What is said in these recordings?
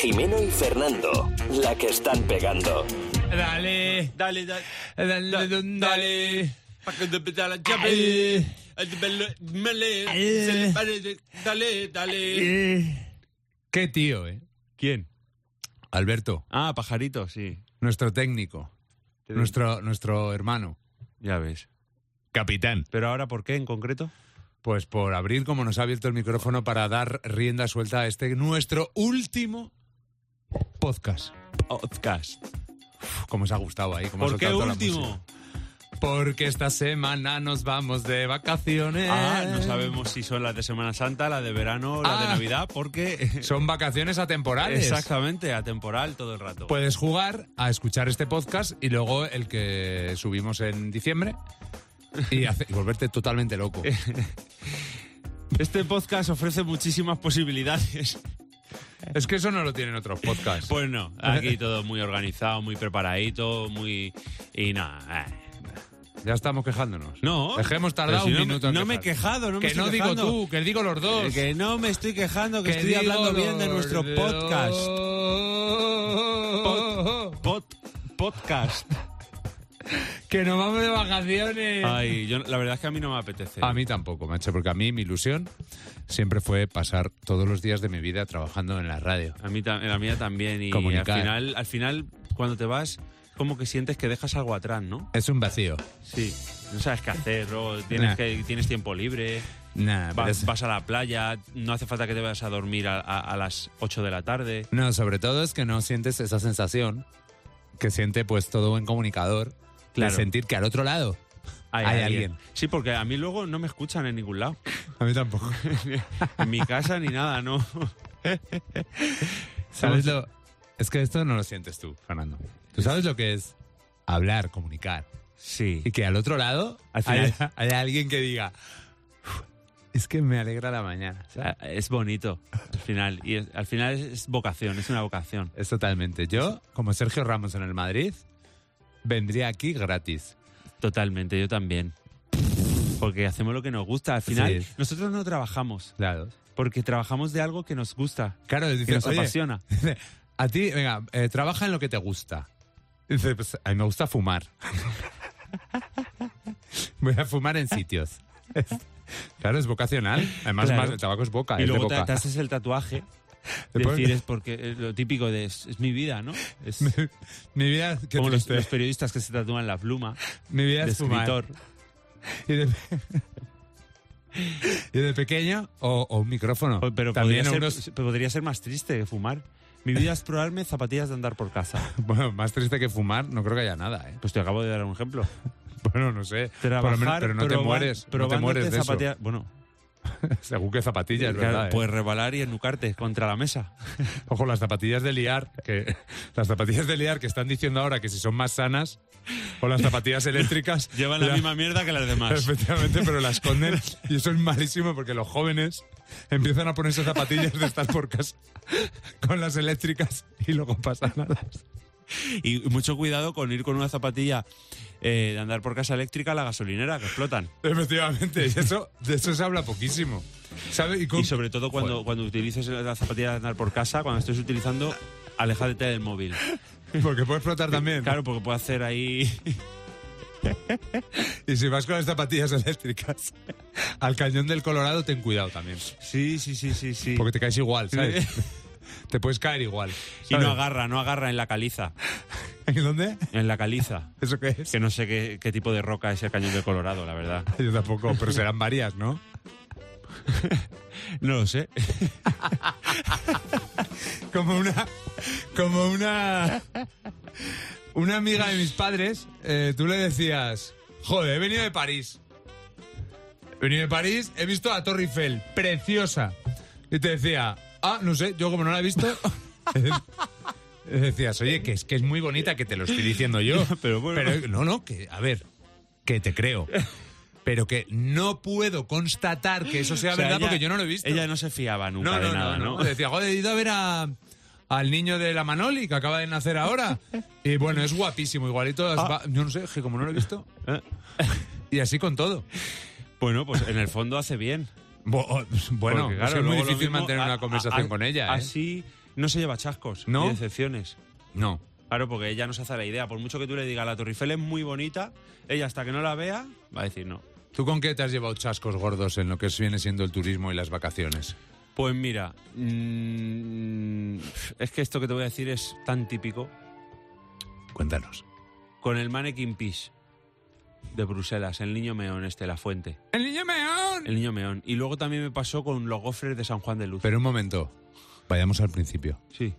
Jimeno y Fernando, la que están pegando. Dale, Dale, dale. dale, dale. dale. Para que te peta la Eh. llave. Mele, mele, Eh. se le pare- Dale, dale. Eh, Qué tío, ¿eh? ¿Quién? Alberto, Ah, pajarito, sí. nuestro técnico, Te digo. nuestro, nuestro hermano, Ya ves. capitán. ¿Pero ahora por qué en concreto? Pues por abrir, como nos ha abierto el micrófono, para dar rienda suelta a este nuestro último podcast. Podcast. Uf, cómo os ha gustado ahí. cómo ha ¿Por qué soltado toda la último? música. Porque esta semana nos vamos de vacaciones. Ah, no sabemos si son las de Semana Santa, la de verano, la de Ah. Navidad, porque... Son vacaciones atemporales. Exactamente, atemporal todo el rato. Puedes jugar a escuchar este podcast y luego el que subimos en diciembre y, hace- y volverte totalmente loco. Este podcast ofrece muchísimas posibilidades. Es que eso no lo tienen otros podcasts. Pues no, aquí todo muy organizado, muy preparadito, muy... Y nada. eh. Ya estamos quejándonos. No. Dejemos Pero tardar si un no me- minuto. en no me he quejar. quejado, no me Que estoy no quejando. digo tú, que digo los dos. Eh, Que no me estoy quejando, que, estoy digo hablando bien de los nuestro podcast. dos. Pod- podcast. Que nos vamos de vacaciones. Ay, yo, la verdad es que a mí no me apetece. A mí tampoco, macho, porque a mí mi ilusión siempre fue pasar todos los días de mi vida trabajando en la radio. A mí ta- la mía también. Y Comunicar. al final, al final, cuando te vas, como que sientes que dejas algo atrás, ¿no? Es un vacío. Sí. No sabes qué hacer, luego tienes, Nah. que, tienes tiempo libre, Nah, va- pero es- vas a la playa, no hace falta que te vayas a dormir a, a- a las 8 de la tarde. No, sobre todo es que no sientes esa sensación que siente pues todo buen comunicador Claro. de sentir que al otro lado Hay alguien. Sí, porque a mí luego no me escuchan en ningún lado. a mí tampoco. En mi casa ni nada, ¿no? ¿Sabes lo? Es que esto no lo sientes tú, Fernando. ¿Tú sabes lo que es hablar, comunicar Sí. y que al otro lado Al final- haya- haya alguien que diga "Uf, es que me alegra la mañana. ¿sabes? Ah, Es bonito al final. Y es- al final es, es vocación, es una vocación. Es totalmente. Yo, como Sergio Ramos en el Madrid, vendría aquí gratis. Totalmente, yo también. Porque hacemos lo que nos gusta. Al final, Sí. nosotros no trabajamos. Claro. Porque trabajamos de algo que nos gusta, Claro, que dices, nos "Oye, apasiona. a ti, venga, eh, trabaja en lo que te gusta. Dice, pues a mí me gusta fumar. Voy a fumar en sitios. Es- claro, es vocacional. Además, Claro. más, el tabaco es boca, y es de luego te, boca. te haces el tatuaje. Te pones- Decir es porque es lo típico de es, es mi vida, ¿no? Es mi vida, qué como los, triste. los periodistas que se tatúan la pluma mi vida de es fumar. escritor. Y de, y de pequeño, o, o un micrófono. O- Pues, Pero podría También ser, unos- pero podría ser más triste que fumar. Mi vida es probarme zapatillas de andar por casa. Bueno, más triste que fumar, no creo que haya nada, ¿eh? Pues te acabo de dar un ejemplo. Bueno, no sé. Por lo Trabajar, menos- pero no te proba- mueres, no te probándote mueres de eso. zapatillas- Bueno, Según qué zapatillas, claro, ¿verdad? eh? puedes rebalar y enucarte contra la mesa. Ojo, las zapatillas de liar, que las zapatillas de liar que están diciendo ahora que si son más sanas o las zapatillas eléctricas Llevan la ya- misma mierda que las demás. Efectivamente, pero las esconden y eso es malísimo porque los jóvenes empiezan a ponerse zapatillas de estas por casa con las eléctricas y luego pasan a las. Y mucho cuidado con ir con una zapatilla eh, de andar por casa eléctrica a la gasolinera, que explotan. Efectivamente, y eso, de eso se habla poquísimo. ¿Sabe? Y, con- Y sobre todo cuando, cuando utilices la zapatilla de andar por casa, cuando estés utilizando, aléjate del móvil. Joder, porque puede explotar también. Claro, porque puede hacer ahí... Y si vas con las zapatillas eléctricas al cañón del Colorado, ten cuidado también. Sí, sí, sí, sí, sí. Porque te caes igual, ¿sabes? te puedes caer igual. Y no ¿sabes? agarra, no agarra en la caliza. ¿En dónde? En la caliza. ¿Eso qué es? Que no sé qué, qué tipo de roca es el cañón de Colorado, la verdad. Yo tampoco, pero serán varias, ¿no? No lo sé. Como una. Como una. Una amiga de mis padres, eh, tú le decías: Joder, he venido de París. He venido de París, he visto la Torre Eiffel, preciosa. Y te decía: Ah, no sé, yo como no la he visto. le decías: Oye, que es que es muy bonita, que te lo estoy diciendo yo. Pero bueno. no, no, que. A ver, que te creo. Pero que no puedo constatar que eso sea, O sea, verdad ella- porque yo no lo he visto. Ella no se fiaba nunca de nada, ¿no? Decía, joder, he ido a ver a- al niño de la Manoli que acaba de nacer ahora. Y bueno, es guapísimo, igualito. Ah. es va- Yo no sé, que como no lo he visto. ¿Eh? Y así con todo. Bueno, pues en el fondo hace bien. Bo- o- Bueno, Porque, es que es muy luego lo difícil mismo, mantener a- una a- conversación a- con ella. ¿eh? Así no se lleva chascos ¿No? ni decepciones. No. Claro, porque ella no se hace la idea. Por mucho que tú le digas, la Torre Eiffel es muy bonita, ella hasta que no la vea va a decir no. ¿Tú con qué te has llevado chascos gordos en lo que viene siendo el turismo y las vacaciones? Pues mira, mm, es que esto que te voy a decir es tan típico. Cuéntanos. Con el Mannequin Peace de Bruselas, el niño meón este, la fuente. ¡El niño meón! El niño meón. Y luego también me pasó con los gofres de San Juan de Luz. Pero un momento. Vayamos al principio. sí.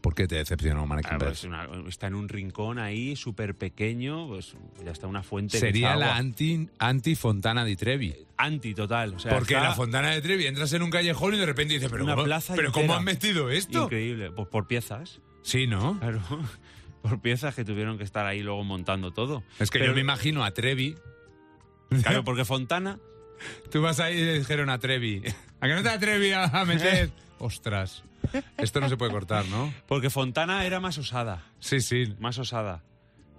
¿Por qué te decepcionó Mannequin Ah, pues Pérez? una- está en un rincón ahí, súper pequeño, pues ya está una fuente. que Sería echa la agua. Eh, anti, anti Fontana di Trevi. anti total. O sea, Porque está la Fontana de Trevi entras en un callejón y de repente dices, pero, Una ¿cómo, plaza ¿pero entera. ¿cómo han metido esto? increíble. Pues por piezas, Sí, ¿no? claro. Por piezas que tuvieron que estar ahí luego montando todo. Es que Pero- yo me imagino a Trevi. Claro, porque Fontana Tú vas ahí y le dijeron a Trevi. ¿A que no te atrevi a a meter? Ostras. Esto no se puede cortar, ¿no? Porque Fontana era más osada, Sí, sí. más osada.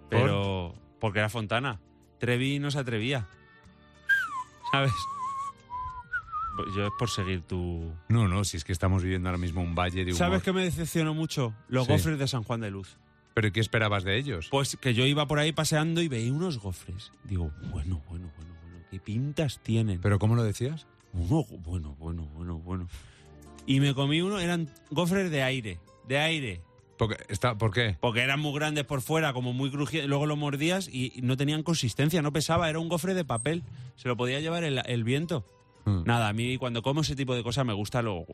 Pero porque era Fontana. Trevi no se atrevía. ¿Sabes? Pues yo es por seguir tu... No, no, si es que estamos viviendo ahora mismo un valle de humor. ¿Sabes qué me decepcionó mucho? Los Sí. gofres de San Juan de Luz. ¿Pero qué esperabas de ellos? Pues que yo iba por ahí paseando y veía unos gofres. Digo, bueno, bueno, bueno, bueno, qué pintas tienen. ¿Pero cómo lo decías? Uno, bueno, bueno, bueno, bueno. Y me comí uno, eran gofres de aire, de aire. Porque, está, ¿Por qué? Porque eran muy grandes por fuera, como muy crujientes. Luego lo mordías y no tenían consistencia, no pesaba, era un gofre de papel. Se lo podía llevar el, el viento. Mm. Nada, a mí cuando como ese tipo de cosas me gusta lo,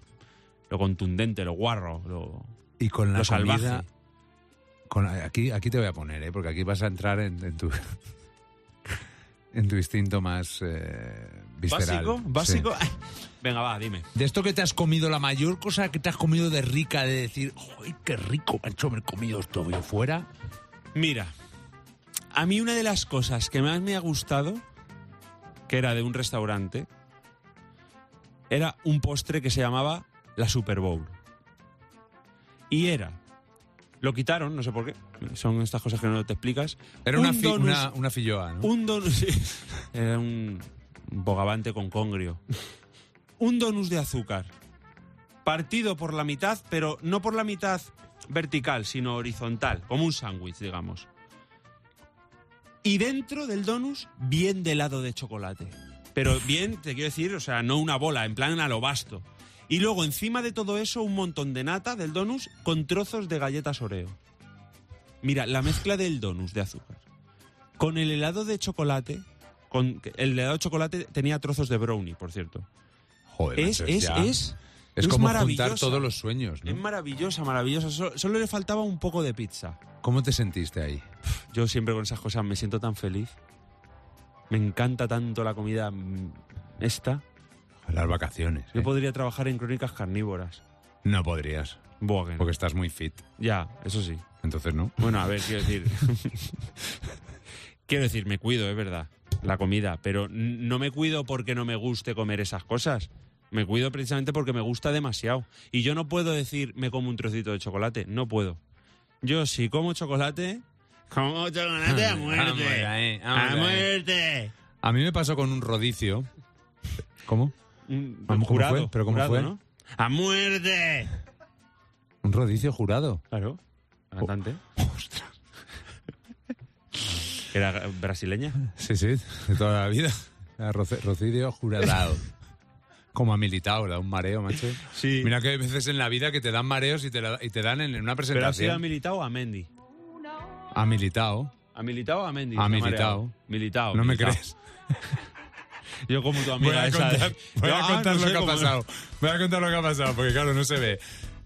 lo contundente, lo guarro, lo, Y con la lo comida... salvaje. con- aquí, aquí te voy a poner, ¿eh? Porque aquí vas a entrar en, en tu... en tu instinto más eh, visceral. ¿Básico? Sí. ¿Básico? Venga, va, dime. De esto que te has comido, la mayor cosa que te has comido de rica, de decir, ¡ay, qué rico, macho, me he comido esto! Yo fuera, Mira, a mí una de las cosas que más me ha gustado, que era de un restaurante, era un postre que se llamaba la Super Bowl. Y era, lo quitaron, no sé por qué, son estas cosas que no te explicas. Era un una, fi- donus- una, una filloa, ¿no? Un donus, sí. era un bogavante con congrio. Un donus de azúcar, partido por la mitad, pero no por la mitad vertical, sino horizontal, como un sándwich, digamos. Y dentro del donus, bien de helado de chocolate. Pero bien, te quiero decir, o sea, no una bola, en plan a lo basto. Y luego, encima de todo eso, un montón de nata del donus con trozos de galletas Oreo. Mira, la mezcla del donus de azúcar con el helado de chocolate, con el helado de chocolate tenía trozos de brownie, por cierto. Joder, Es, macho, es, ya. es, Es es como juntar maravillosa. todos los sueños, es ¿no? maravillosa, maravillosa. Solo, solo le faltaba un poco de pizza. ¿Cómo te sentiste ahí? Yo siempre con esas cosas me siento tan feliz. Me encanta tanto la comida mm, esta. Las vacaciones. Yo ¿eh? podría trabajar en crónicas carnívoras. No podrías, Buah, que no. porque estás muy fit. Ya, eso sí. Entonces, ¿no? Bueno, a ver, quiero decir. quiero decir, me cuido, es verdad, la comida, pero n- no me cuido porque no me guste comer esas cosas. Me cuido precisamente porque me gusta demasiado. Y yo no puedo decir, me como un trocito de chocolate. No puedo. Yo, si como chocolate. Como chocolate a Vamos ahí, muerte. vamos eh. A ahí. muerte. A mí me pasó con un rodicio. ¿Cómo? Un- Mm, pues ¿Cómo fue? jurado, ¿Pero cómo jurado, fue? ¿no? ¡A muerte! Un rodicio jurado. Claro. La cantante. Oh, Ostras. Era brasileña. Sí, sí, de toda la vida. Era roce- Rocidio jurado. Como ha militado, da un mareo, macho. Sí. Mira que hay veces en la vida que te dan mareos y te, la- y te dan en, en una pero ha sido a presentación. militado a Mendy. Ha militado. ¿A militado o a Mendy? A Me he militao. mareado. Militao. No me militao. crees. Yo como tu amiga Voy a esa. de- contar, voy a Ah, contar lo no sé que ha cómo- pasado. Voy a contar lo que ha pasado, porque claro, no se ve.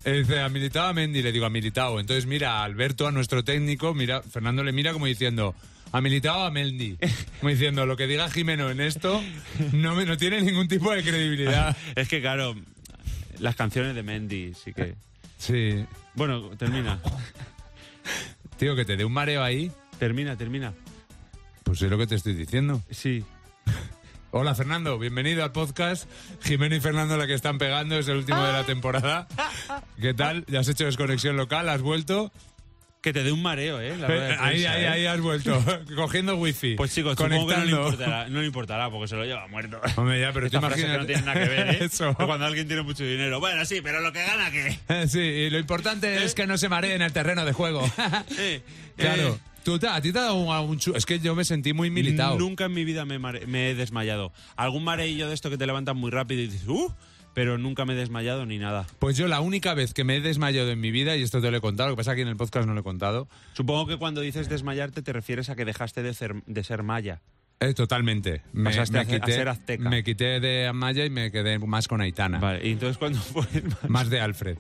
Eh, Dice, ha militado a Mendy, le digo, ha militado. Entonces mira a Alberto, a nuestro técnico, mira, Fernando le mira como diciendo, ha militado a Mendy. Como diciendo, lo que diga Jimeno en esto no, me- no tiene ningún tipo de credibilidad. Es que claro, las canciones de Mendy, sí que. Sí. Bueno, termina. Tío, que te dé un mareo ahí, Termina, termina. pues es lo que te estoy diciendo. Sí. Hola Fernando, bienvenido al podcast. Jimeno y Fernando la que están Ah. pegando, es el último de la temporada. ¿Qué tal? ¿Ya has hecho desconexión local? ¿Has vuelto? Que te dé un mareo, ¿eh? La Pero, rueda de ahí, prensa, ahí, ¿eh? ahí has vuelto, cogiendo wifi. Pues chicos, supongo que no le, conectando. importará, no le importará porque se lo lleva muerto. Hombre, ya, pero tú Esta frase que imagínate. no tiene nada que ver, ¿eh? Eso. Cuando alguien tiene mucho dinero. Bueno, sí, pero lo que gana, ¿qué? Sí, y lo importante es que no se maree en el terreno de juego. Eh, claro. eh, Tú, te- a ti te ha dado un, un chu- Es que yo me sentí muy militado. Nunca en mi vida me, mare- me he desmayado. Algún mareillo de esto que te levantan muy rápido y dices, ¡uh! Pero nunca me he desmayado ni nada. Pues yo la única vez que me he desmayado en mi vida, y esto te lo he contado, lo que pasa es que aquí en el podcast no lo he contado, Supongo que cuando dices desmayarte te refieres a que dejaste de ser, de ser maya. eh, totalmente. Me, Pasaste me a ce- a ser azteca. me quité de Amaya y me quedé más con Aitana. Vale, y entonces cuando fue Más de Alfred.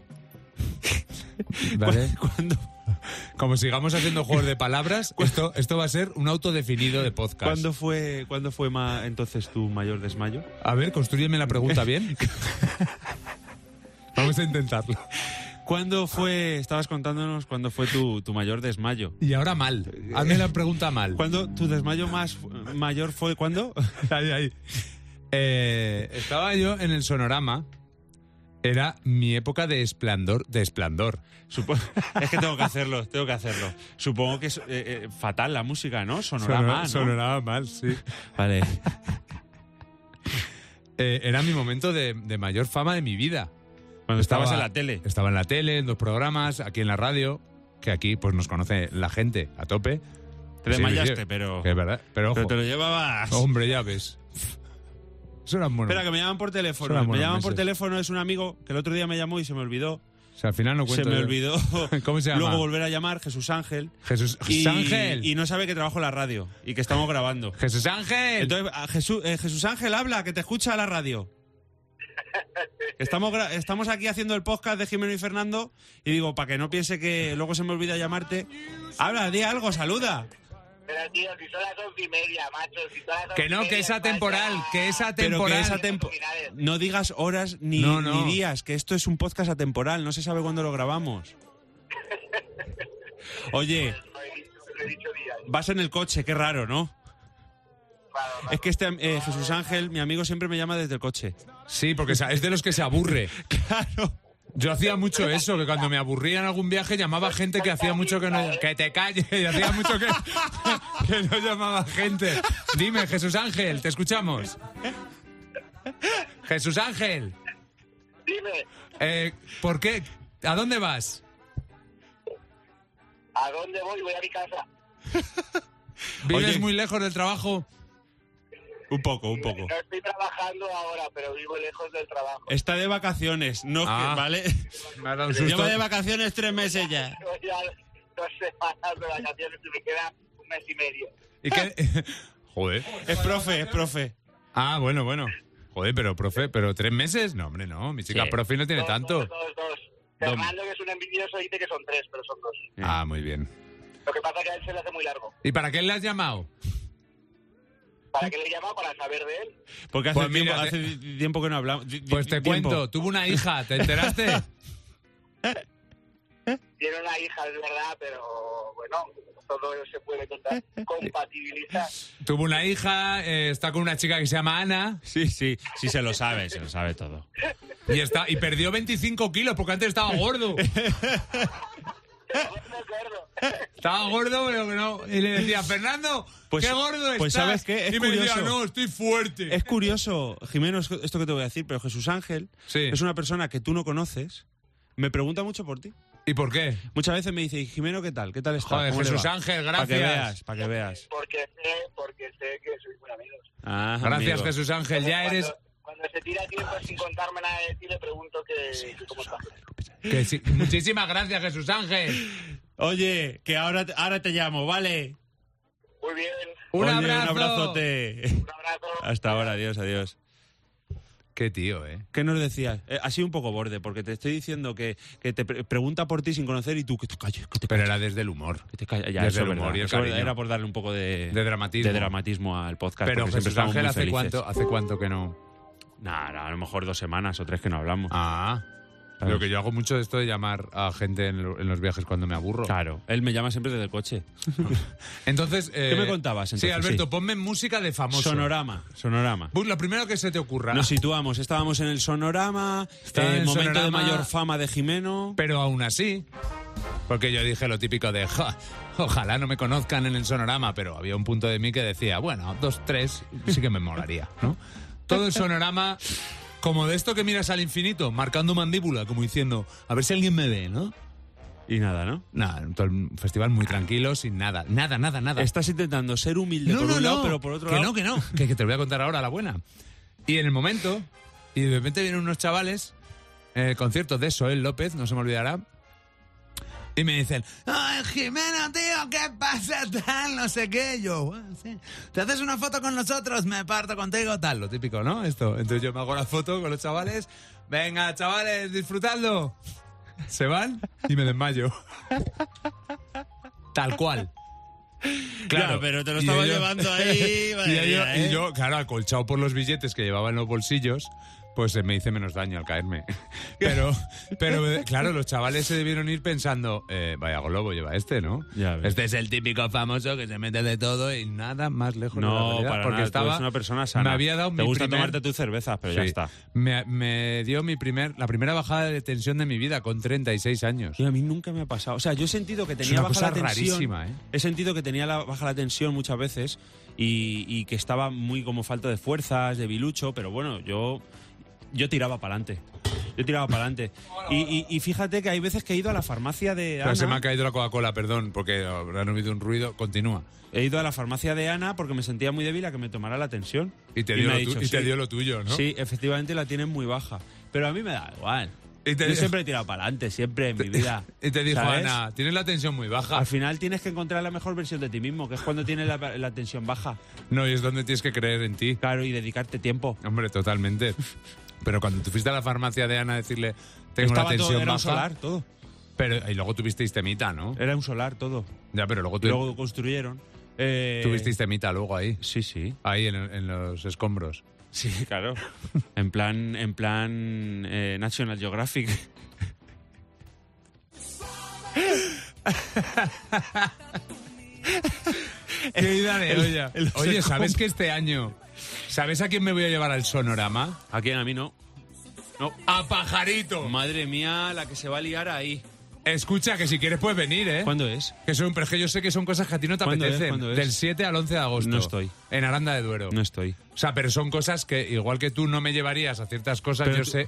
¿Vale? cuando, Como sigamos haciendo juegos de palabras, esto, esto va a ser un autodefinido de podcast. ¿cuándo fue, cuándo fue ma- entonces tu mayor desmayo? A ver, construyeme la pregunta bien. Vamos a intentarlo. ¿Cuándo fue, estabas contándonos, cuándo fue tu, tu mayor desmayo? Y ahora mal. Hazme la pregunta mal. ¿Cuándo tu desmayo más fu- mayor fue? ¿Cuándo? Ahí, ahí. Eh, estaba yo en el sonorama. Era mi época de esplendor. De esplendor. Supo- es que tengo que hacerlo, tengo que hacerlo. Supongo que es eh, eh, fatal la música, ¿no? Sonorama, ¿no? Sonorama mal, sí. Vale. Eh, era mi momento de, de mayor fama de mi vida. Cuando Estaba- estabas en la tele. Estaba en la tele, en los programas, aquí en la radio, que aquí pues nos conoce la gente a tope. Sí, Te desmayaste, sí, pero, Que es verdad. Pero ojo, pero te lo llevabas. hombre, ya ves. Eso era bueno. Espera, que me llaman por teléfono. Suena Me buenos llaman por meses. teléfono, es un amigo que el otro día me llamó y se me olvidó. O sea, al final no Se cuento. me yo. olvidó. ¿Cómo se llama? Luego volver a llamar, Jesús Ángel. Jesús Y, Ángel. Y no sabe que trabajo en la radio y que estamos grabando. Jesús Ángel. Entonces, a Jesús, eh, Jesús Ángel, habla, que te escucha la radio. Estamos, gra- estamos aquí haciendo el podcast de Jimeno y Fernando y digo, para que no piense que luego se me olvida llamarte, habla, di algo, saluda. Pero tío, si son las once y media, macho, si son las once que y no, media, que es macho. atemporal, que es Pero atemporal. que es atempo- No digas horas ni, No, no. ni días, que esto es un podcast atemporal, no se sabe cuándo lo grabamos. Oye, Pues Lo he dicho- lo he dicho día. vas en el coche, qué raro, ¿no? Claro, Es que este eh, Jesús Ángel, mi amigo, siempre me llama desde el coche. Sí, porque sa- es de los que se aburre. Claro. Yo hacía mucho eso, que cuando me aburría en algún viaje llamaba a gente que hacía mucho que no... Que te calle, y hacía mucho que, que no llamaba gente. Dime, Jesús Ángel, te escuchamos. Jesús Ángel, Dime, eh, ¿por qué? ¿A dónde vas? ¿a dónde voy? Voy a mi casa. ¿Vives Oye. muy lejos del trabajo? Un poco, un poco. No estoy trabajando ahora, pero vivo lejos del trabajo. Está de vacaciones, no, Ah. ¿vale? Me ha dado un Lleva susto. de vacaciones tres meses ya. Voy a dos semanas de vacaciones y me queda un mes y medio. ¿Y qué? Joder. Es profe, es profe. Ah, bueno, bueno. Joder, pero profe, pero tres meses, no, hombre, no. Mi chica Sí. profe no tiene Dos, tanto. Dos, dos, dos. Dom. Fernando, que es un envidioso, dice que son tres, pero son dos. Ah, muy bien. Lo que pasa es que a él se le hace muy largo. ¿Y para qué le has llamado? ¿Para qué le he llamado? Para saber de él. Porque hace, Pues mira, tiempo, hace di- tiempo que no hablamos. Di- di- Pues te tiempo. cuento, tuvo una hija, ¿te enteraste? Tiene una hija, es verdad, pero bueno, todo se puede contar- compatibilizar. tuvo una hija, eh, está con una chica que se llama Ana Sí, sí, sí se lo sabe, se lo sabe todo. y está y perdió 25 kilos porque antes estaba gordo. No me acuerdo. Estaba gordo, pero que no. Y le decía, Fernando, Pues- qué gordo pues, estás. ¿sabes qué? Es y me decía, curioso. no, estoy fuerte. Es curioso, Jimeno, es- esto que te voy a decir, pero Jesús Ángel Sí. es una persona que tú no conoces. Me pregunta mucho por ti. ¿Y por qué? Muchas veces me dice, "Y Jimeno, ¿qué tal? ¿Qué tal estás? Joder, Jesús Ángel, Para que gracias. veas, para que veas. Porque sé, porque sé que sois muy amigos. Ah, Gracias, amigo. Jesús Ángel, ya Cuando- eres Cuando se tira tiempo sin contarme nada de ti, le pregunto que, que pues, cómo está. que sí. Muchísimas gracias, Jesús Ángel. Oye, que ahora, te- ahora te llamo, ¿vale? Muy bien, Un Oye, abrazo. Un abrazote. un abrazo. Hasta ahora, adiós, adiós. Qué tío, ¿eh? ¿Qué nos decías? Eh, ha sido un poco borde, porque te estoy diciendo que, que te pre- pregunta por ti sin conocer y tú que te calles, que te Pero calles. era desde el humor. que te calles. Ya, desde eso el es verdad. humor y el Eso es verdad. cariño. era por darle un poco de, De dramatismo. de dramatismo al podcast. Pero porque Jesús siempre estamos Ángel, muy ¿hace felices. cuánto, ¿hace cuánto que no? Nah, nah, a lo mejor dos semanas o tres que no hablamos. Ah, ¿Sabes? lo que yo hago mucho de esto de llamar a gente en, lo- en los viajes cuando me aburro. Claro, él me llama siempre desde el coche. Entonces, eh, me contabas, Sí, entonces? Alberto, Sí. ponme música de famoso. Sonorama, sonorama. Pues lo primero que se te ocurra. Nos situamos, estábamos en el sonorama, Estaba eh, en el momento de Sonorama. mayor fama de Jimeno. Pero aún así, Porque yo dije lo típico de, "Ja, ojalá no me conozcan en el sonorama, pero había un punto de mí que decía, bueno, dos, tres, sí que me molaría, ¿no? Todo el sonorama, como de esto que miras al infinito, marcando mandíbula, como diciendo, a ver si alguien me ve, ¿no? Y nada, ¿no? Nada, todo el festival muy tranquilo, sin nada, nada, nada, nada. Estás intentando ser humilde por un lado, pero por otro que lado. Este- no, que no, que, que te lo voy a contar ahora la buena. Y en el momento, y de repente vienen unos chavales, eh, concierto de Soel López, no se me olvidará, y me dicen, ¡Ay, Jimeno, tío, qué pasa, tal, no sé qué! Yo, "Bueno, sí. ¿te haces una foto con nosotros? Me parto contigo, tal, lo típico, ¿no? Esto, entonces yo me hago la foto con los chavales, ¡Venga, chavales, disfrutadlo! Se van y me desmayo. Tal cual. Claro, Ya, pero te lo Y estaba ellos- llevando ahí. y, madre yo, mía, y ¿eh? yo, claro, acolchado por los billetes que llevaba en los bolsillos, pues eh, me hice menos daño al caerme. Pero, pero eh, claro, los chavales se debieron ir pensando, eh, vaya globo lleva este, ¿no? Ya ves. Este es el típico famoso que se mete de todo y nada más lejos de la No, realidad, para porque nada, tú estaba eres una persona sana. Me había dado Te mi gusta primer- tomarte tus cervezas, pero ya Sí. está. Me, me dio mi primer, la primera bajada de tensión de mi vida con 36 años. Y a mí nunca me ha pasado. O sea, yo he sentido que tenía una baja cosa la tensión. rarísima, ¿eh? He sentido que tenía la, baja la tensión muchas veces y, y que estaba muy como falta de fuerzas, de bilucho, pero bueno, yo, yo tiraba para adelante. Yo tiraba para adelante. Y, y- y fíjate que hay veces que he ido a la farmacia de Pero Ana. se me ha caído la Coca-Cola, perdón, porque habrán oído un ruido. Continúa. He ido a la farmacia de Ana porque me sentía muy débil a que me tomara la tensión. Y te dio, me ha lo, tu- dicho, y te "Sí". dio lo tuyo, ¿no? Sí, efectivamente la tienen muy baja. Pero a mí me da igual. Y te Yo dio- siempre he tirado para adelante, siempre en mi vida. Y te dijo, ¿sabes? Ana, tienes la tensión muy baja. Al final tienes que encontrar la mejor versión de ti mismo, que es cuando tienes la, la tensión baja. No, y es donde tienes que creer en ti. Claro, y dedicarte tiempo. Hombre, totalmente. Pero cuando tú fuiste a la farmacia de Ana a decirle, tengo la Estaba tensión todo, era un baja. solar, todo. Pero, y luego tuvisteis temita, ¿no? Era un solar, todo. Ya, pero luego, Y tu- luego construyeron. Eh, tuvisteis temita luego ahí. Sí, sí. Ahí en, en los escombros. Sí, claro. en plan, en plan eh, National Geographic. Qué idea de el- olla. el- Oye, el- ¿sabes que este año... ¿Sabes a quién me voy a llevar al sonorama? ¿A quién? A mí no. No. ¡A Pajarito! Madre mía, la que se va a liar ahí. Escucha, que si quieres puedes venir, ¿eh? ¿Cuándo es? Que son, pero es que yo sé que son cosas que a ti no te ¿Cuándo es? apetecen. ¿Cuándo es? Del 7 al 11 de agosto. No estoy. En Aranda de Duero. No estoy. O sea, pero son cosas que, igual que tú no me llevarías a ciertas cosas, Pero yo tú- sé.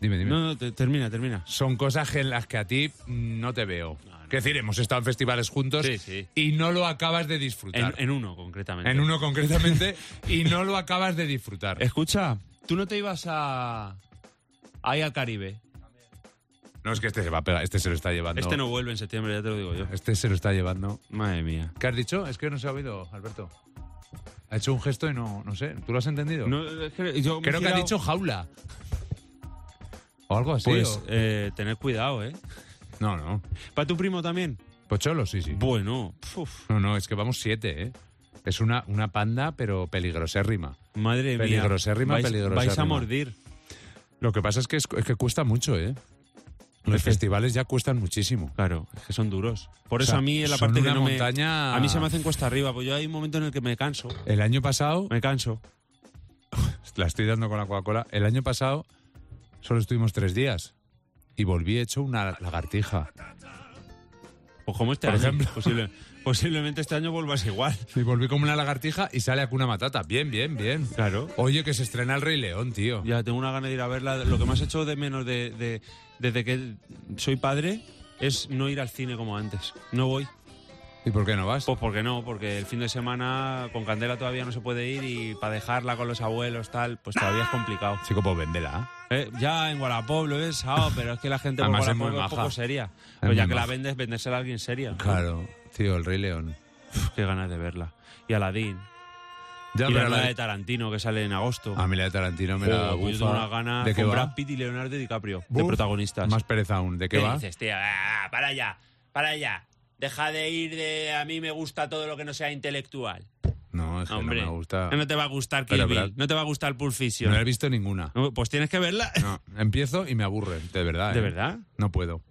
Dime, dime. No, no, te- termina, termina. Son cosas en las que a ti mm, no te veo. Es decir, hemos estado en festivales juntos Sí, sí. y no lo acabas de En, disfrutar. En, en uno, concretamente. uno concretamente y no lo acabas de Eh. disfrutar. Escucha, tú no te ibas a. ahí al Caribe. No es que este se va a pegar, este se lo está llevando. Este no vuelve en septiembre, ya te lo digo yo. Este se lo está llevando. Madre mía. ¿Qué has dicho? Es que no se ha oído, Alberto. Ha hecho un gesto y no, no sé. ¿Tú lo has entendido? No, es que yo me he Creo que ha girado. dicho jaula. O algo así. Pues o- eh, tener cuidado, ¿eh? No, no. ¿Para tu primo también? Pocholo, sí, sí. Bueno, puf, No, no, es que vamos siete, ¿eh? Es una, una panda, pero peligrosérrima. madre mía. Peligrosérrima, vais, peligrosérrima. Vais a mordir. Lo que pasa es que, es, es que cuesta mucho, ¿eh? Los Es que- festivales ya cuestan muchísimo. Claro, es que son duros. Por O eso sea, a mí en la son parte una que no me- montaña- A mí se me hacen cuesta arriba, pues yo hay un momento en el que me canso. El año pasado, Me canso. la estoy dando con la Coca-Cola, el año pasado solo estuvimos tres días y volví hecho una lagartija. Pues como este Por año. ejemplo. Posible- posiblemente este año vuelvas igual. Y volví como una lagartija y sale a cuna matata. Bien, bien, bien. Claro. Oye, que se estrena El Rey León, tío. Ya, tengo una gana de ir a verla. Lo que más he hecho de menos de, de- desde que soy padre es no ir al cine como antes. No voy. ¿Y por qué no vas? Pues porque no, porque el fin de semana con Candela todavía no se puede ir y para dejarla con los abuelos, tal, pues todavía es complicado. Chico, pues véndela. Eh, ya en Guadalajara lo he pensado, pero es que la gente Además, por es muy Guadalajara es maja. poco seria. muy Pero ya que maja. la vendes, vendérsela a alguien seria. Claro, tío, El Rey León. Uf, qué ganas de verla. Y Aladín. Ya, y la pero nueva la- de Tarantino que sale en agosto. A mí la de Tarantino me la Joder, yo tengo bufa. una gana ¿De qué con va? Brad Pitt y Leonardo DiCaprio de Buf, protagonistas. Más pereza aún. ¿De qué, va? dices, tío? Ah, para allá, para allá. Deja de ir de a mí me gusta todo lo que no sea intelectual. No, es que Hombre, no me gusta. no te va a gustar Kill Ah. Pero, Bill, Brad- no te va a gustar Pulp No Fiction. la he visto ninguna. No, Pues tienes que verla. No, empiezo y me aburre, de verdad. ¿De ¿eh? verdad? No puedo.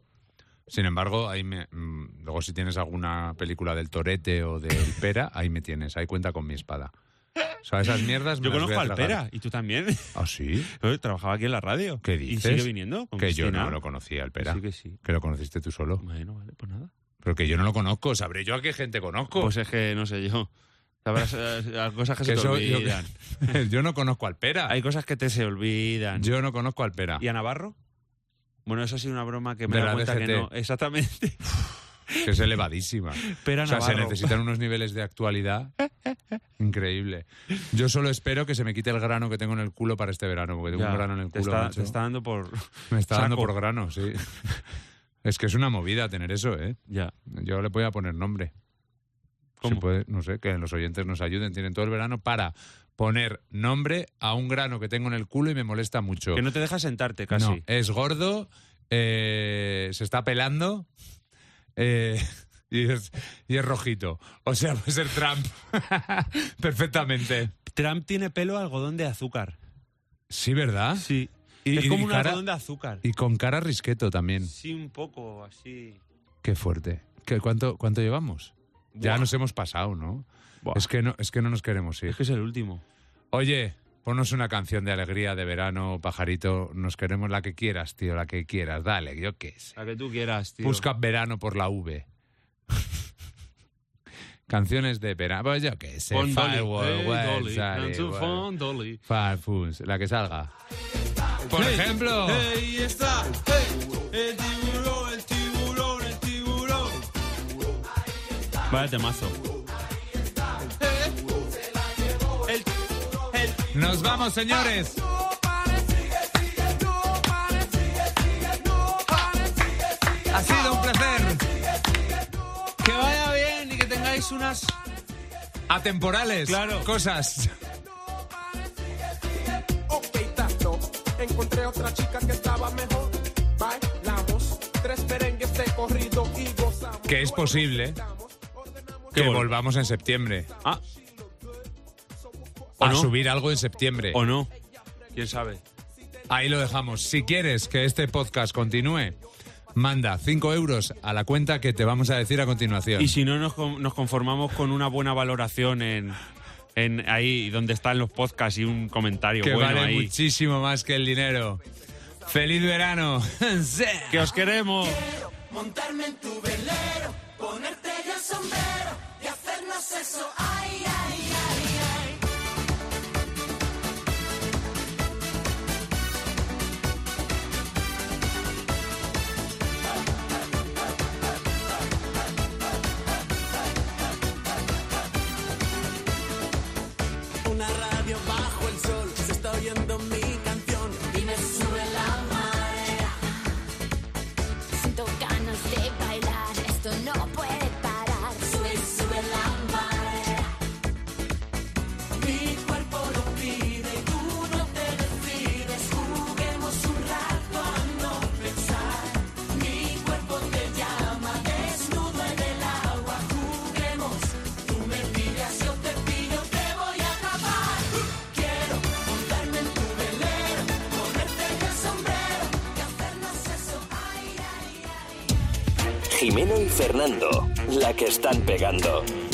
Sin embargo, ahí me, mm, luego si tienes alguna película del Torete o del Pera, ahí me tienes, ahí cuenta con mi espada. O sea, esas mierdas me Yo las voy conozco a al tragar. Pera y tú también. ¿Ah, sí? Yo Trabajaba aquí en la radio. ¿Qué ¿Y dices? sigue viniendo? con Que yo Cristina. no lo conocía, al Pera. Sí que sí. Que lo conociste tú solo. Bueno, vale, pues nada. Pero que yo no lo conozco, sabré yo a qué gente conozco. Pues es que, no sé yo. Sabrás eh, las cosas que, Que se te eso- yo, olvidan. yo no conozco al Pera. Hay cosas que te se olvidan. Yo no conozco al Pera. ¿Y a Navarro? Bueno, eso ha sido una broma que me De da la cuenta que DGT. no. Exactamente. que es elevadísima. Pera o sea, se Navarro. necesitan unos niveles de actualidad increíble. Yo solo espero que se me quite el grano que tengo en el culo para este verano, porque tengo Ya, un grano en el te culo. está- macho. te está dando por. Me está dando saco. por grano, sí. Es que es una movida tener eso, ¿eh? Ya. Yo le voy a poner nombre. ¿Cómo? Se puede- no sé, que los oyentes nos ayuden. Tienen todo el verano para poner nombre a un grano que tengo en el culo y me molesta mucho. Que no te deja sentarte casi. No, es gordo, eh, se está pelando eh, y, es, y es rojito. O sea, puede ser Trump. Perfectamente. Trump tiene pelo algodón de azúcar. Sí, ¿verdad? Sí. Y- es y como un cara- algodón de azúcar. Y con cara risqueto también. Sí, un poco así. Qué fuerte. ¿Qué, cuánto, ¿Cuánto llevamos? Ya Buah. nos hemos pasado, ¿no? Buah. Es que no, es que no nos queremos ir. Es que es el último. Oye, ponos una canción de alegría de verano, pajarito. Nos queremos la que quieras, tío, la que quieras. Dale, yo qué sé. La que tú quieras, tío. Busca verano por la V. Canciones de verano. Pues yo qué sé. Pon Dolly. Firewall, Hey, Wild Dolly. Sally, Dance Wild- on Dolly. Firefoods, la que salga. Por Hey, ejemplo, Ahí está. hey, el tiburón, el tiburón, el tiburón. Vaya temazo. nos vamos, señores. Ha sido un placer. Que vaya bien y que tengáis unas. Atemporales. Claro. Cosas. Ok, tato. Encontré otra chica que estaba mejor. Bailamos tres merengues de corrido y gozamos. Que es posible que Qué bueno. volvamos en septiembre. Ah, ¿O A no? subir algo en septiembre. o no. Quién sabe. Ahí lo dejamos. Si quieres que este podcast continúe, manda 5 euros a la cuenta que te vamos a decir a continuación. Y si no, nos, con- nos conformamos con una buena valoración en, en ahí donde están los podcasts y un comentario que bueno vale ahí. muchísimo más que el dinero. ¡Feliz verano! ¡Sí! ¡Que os queremos! montarme en tu velero, ponerte yo el sombrero y hacernos eso, ay, ay, ay, ay. Una radio bajo el sol, se está oyendo mi canción y me sube la marea. Siento ganas de bailar, esto no puede parar. Sube, sube la marea. Mi cuerpo lo pide y tú no te decides. Juguemos un rato a no pensar. Mi cuerpo te llama desnudo en el agua. Juguemos. Tú me tiras, yo te pillo, te voy a atrapar. Quiero montarme en tu velero, ponerte el sombrero y hacernos eso. Ay, ay, ay. Jimeno y Fernando, la que están pegando.